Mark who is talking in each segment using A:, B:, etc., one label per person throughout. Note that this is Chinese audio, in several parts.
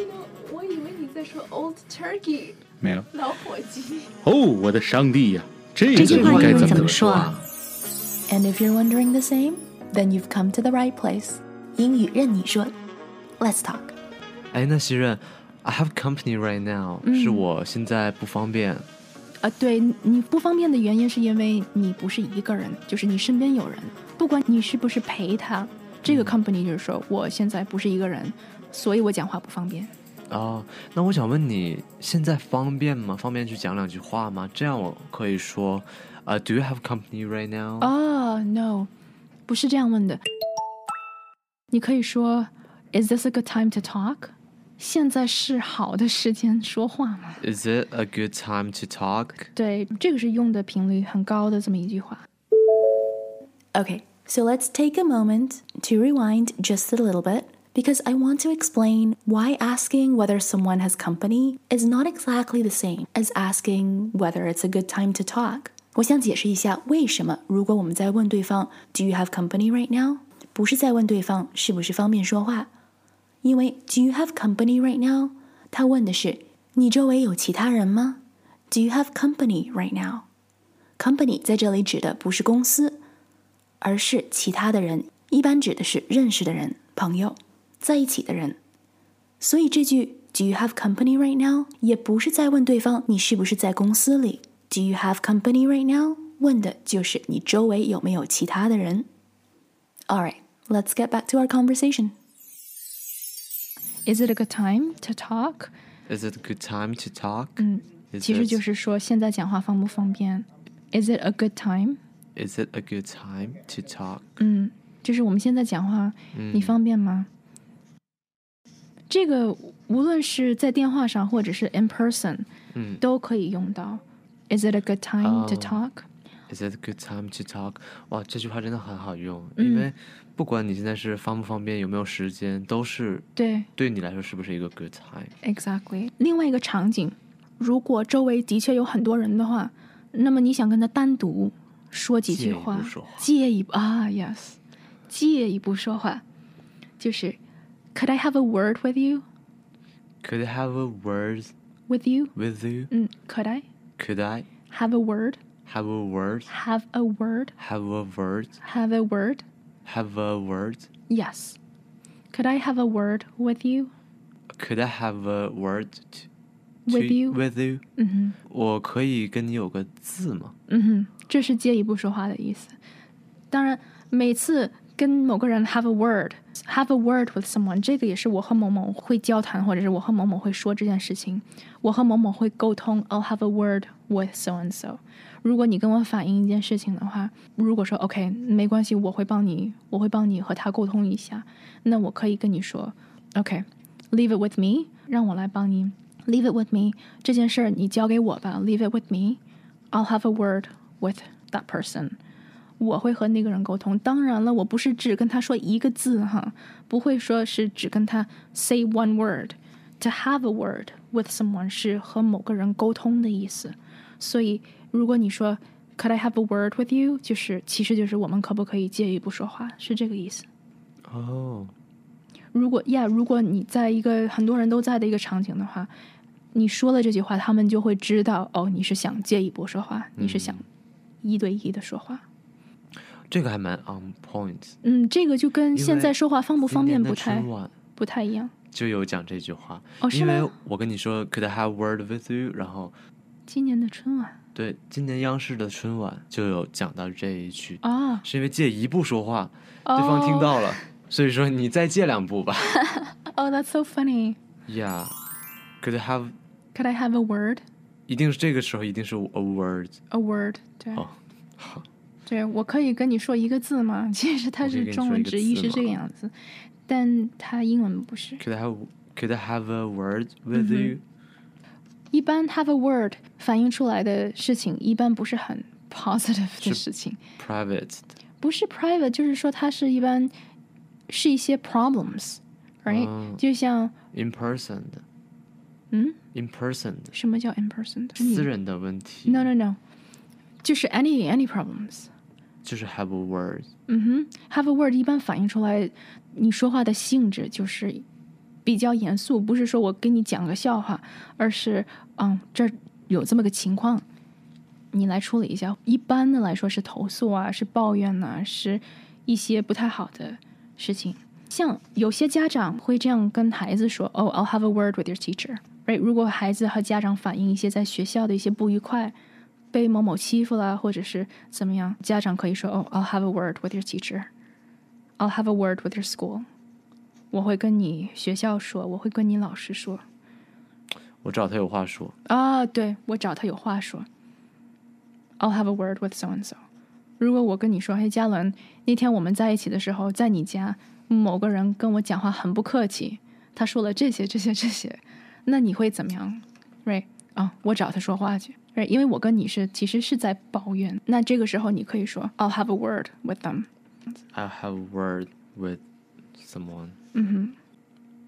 A: You know，我以为你在说 old turkey
B: 没有。
A: 老伙计。
C: 哦，我的上帝呀、这
D: 这
C: 个
D: 句话
C: 应
D: 英
C: 该
D: 文
C: 怎
D: 怎
C: 么
D: 么说啊？
E: And if you're wondering the same, then you've come to the right place. 英语任你说，Let's talk.
F: 啊
G: 哎，那袭人，I have company right now，、是
F: 嗯
G: 我现在不方便。
F: 啊，对你不方便的原因是因为你不是一个人，就是你身边有人，不管你是不是陪他，这
H: 嗯
F: 个 company 就是说我现在不是一个人，所以我讲话不方便。
G: 哦，那我想问你，现在方便吗？方便去讲两句话吗？这样我可以说，呃、d o you have company right now？、
F: 哦、n o 不是这样问的。你可以说，Is this a good time to talk？现在是好的时间说话吗？
G: Is it a good time to talk？
F: 对，这个是用的频率很高的这么一句话。
E: Okay, so let's take a moment to rewind just a little bit because I want to explain why asking whether someone has company is not exactly the same as asking whether it's a good time to talk. 我想解释一下为什么如果我们在问对方 "Do you have company right now"，不是在问对方是不是方便说话，因为 "Do you have company right now"，他问的是你周围有其他人吗？Do you have company right now"。Company 在这里指的不是公司，而是其他的人，一般指的是认识的人、朋友、在一起的人。所以这句 "Do you have company right now" 也不是在问对方你是不是在公司里，"Do you have company right now" 问的就是你周围有没有其他的人。All right, let's get back to our conversation.
F: Is it a good time to talk？
G: Is it a good time to talk？
F: 嗯
G: Is
F: 其实
G: it-
F: 就是说现在讲话方不方便？Is it a good time？
G: Is it a good time to talk？嗯
F: 嗯，就是我们现在讲话，你方便吗？这个无论是在电话上，或者是 in person，
G: 嗯
F: 都可以用到。Is it a good time to
G: 哦
F: talk？、
G: Is it a good time to talk？哇，这句话真的很好用，
F: 嗯
G: 因为不管你现在是方不方便，有没有时间，都是
F: 对
G: 对你来说是不是一个 good time？
F: ，exactly。另外一个场景，如果周围的确有很多人的话，那么你想跟他单独说几句话，借一步啊，yes，借一步说话，就是 Could I have a word with you?
G: Could I have a word
F: With you？
G: with you？
F: 嗯，Could I
G: Could I
F: have a word?
G: have a word?
F: Have a word?
G: Have a word?
F: Have a word?
G: Have a word?
F: Yes. Could I have a word with you?
G: Could I have a word to, to
F: With you?
G: With you？
F: 嗯
G: 我可以跟你有个字吗？
F: 哼，嗯哼，这是接一步说话的意思。当然，每次跟某个人 have a word, have a word with someone，这个也是我和某某会交谈，或者是我和某某会说这件事情。我和某某会沟通，I'll have a word with so and so。如果你跟我反映一件事情的话，如果说 OK，没关系，我会帮你，我会帮你和他沟通一下。那我可以跟你说，OK，leave、it with me，让我来帮你。Leave it with me，这件事儿你交给我吧。Leave it with me，I'll have a word with that person。我会和那个人沟通。当然了，我不是只跟他说一个字哈，不会说是只跟他 say one word。To have a word with someone 是和某个人沟通的意思。所以如果你说 Could I have a word with you？就是其实就是我们可不可以借一步说话，是这个意思。
G: 哦、
F: 如果呀如果你在一个很多人都在的一个场景的话，你说了这句话，他们就会知道哦，你是想借一步说话，
G: 嗯
F: 你是想一对一的说话。
G: 这个还蛮 on point。
F: 嗯，这个就跟
G: 因
F: 现在
G: 为
F: 说话方不方便
G: 今年的
F: 不太
G: 春晚
F: 不太一样。
G: 就有讲这句话，
F: 哦是
G: 因
F: 吗
G: 为我跟你说 Could I have word with you？然后
F: 今年的春晚
G: 对，今年央视的春晚就有讲到这一句，
F: 啊，
G: 是因为借一步说话，
F: 哦
G: 对方听到了，所以说你再借两步 吧。
F: 哦、t h a t s so funny。
G: Yeah，could have，
F: Could I have a word?
G: 一定是这个时候一定是 a word，
F: A word，对，
G: 哦好
F: 对我可以跟你说一个字吗？ 其实它
G: 我可以
F: 是
G: 跟你
F: 中
G: 说
F: 文
G: 一个
F: 直译
G: 字
F: 是这
G: 吗
F: 个样子，但它英文不是。嗯
G: ，could I have，could I have a word with you？
F: 一般 have a word 反映出来的事情，一般不是很 positive 的事情，
G: private
F: 不是 private，就是说它是一般是一些 problems，right？、
G: 嗯
F: 就像
G: in person 的
F: 嗯，
G: in person 的
F: 什么叫 in person 的
G: 私人的问题
F: ？No no no，就是 any any problems。
G: 就是 have a word
F: 嗯哼，have a word 一般反映出来你说话的性质就是比较严肃，不是说我给你讲个笑话，而是嗯，这儿有这么个情况，你来处理一下。一般的来说是投诉啊，是抱怨呐、是一些不太好的事情。像有些家长会这样跟孩子说：“哦、i l l have a word with your teacher。” right？如果孩子和家长反映一些在学校的一些不愉快，被某某欺负啦，或者是怎么样，家长可以说：“哦、i l l have a word with your teacher。I'll have a word with your school。”我会跟你学校说，我会跟你老师说。
G: 我找他有话说
F: 啊，对我找他有话说。I'll have a word with so and so。如果我跟你说，嘿，嘉伦，那天我们在一起的时候，在你家，某个人跟我讲话很不客气，他说了这些、这些、这些， 那你会怎么样？Right？啊，我找他说话去。Right？因为我跟你是其实是在抱怨，那这个时候你可以说，I'll have a word with them。
G: I have a word with someone
F: 嗯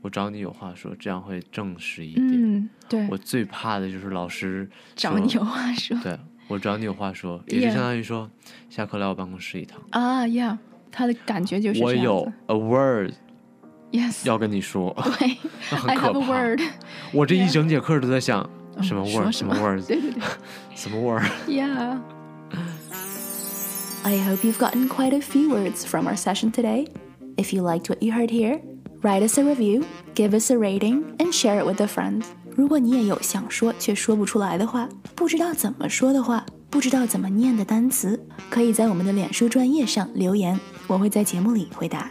G: 我找你有话说，这样会正式一
F: 哼，
G: 点。
F: 嗯，对
G: 我，最怕的就是老师
F: 找
G: 说
F: 你有话说。
G: 对我找你有话说，也就
F: Yeah
G: 相当于说下课来我办公室一趟。
F: 啊，Yeah，他的感觉就是
G: 我
F: 这样
G: 有
F: 子
G: a word
F: Yes。
G: 要跟你说，
F: 对
G: 那
F: ，I
G: 很
F: have
G: 可
F: a
G: 怕。
F: word。
G: 我这一
F: Yeah
G: 整节课都在想
F: 嗯
G: 什么
F: 说
G: word
F: 什
G: 什
F: 么
G: 么 word
F: 对对对
G: 什么 word。
F: ，Yeah。
E: I hope you've gotten quite a few words from our session today. If you liked what you heard here, write us a review, give us a rating, and share it with a friend. 如果你也有想说却说不出来的话，不知道怎么说的话，不知道怎么念的单词，可以在我们的脸书专业上留言，我会在节目里回答。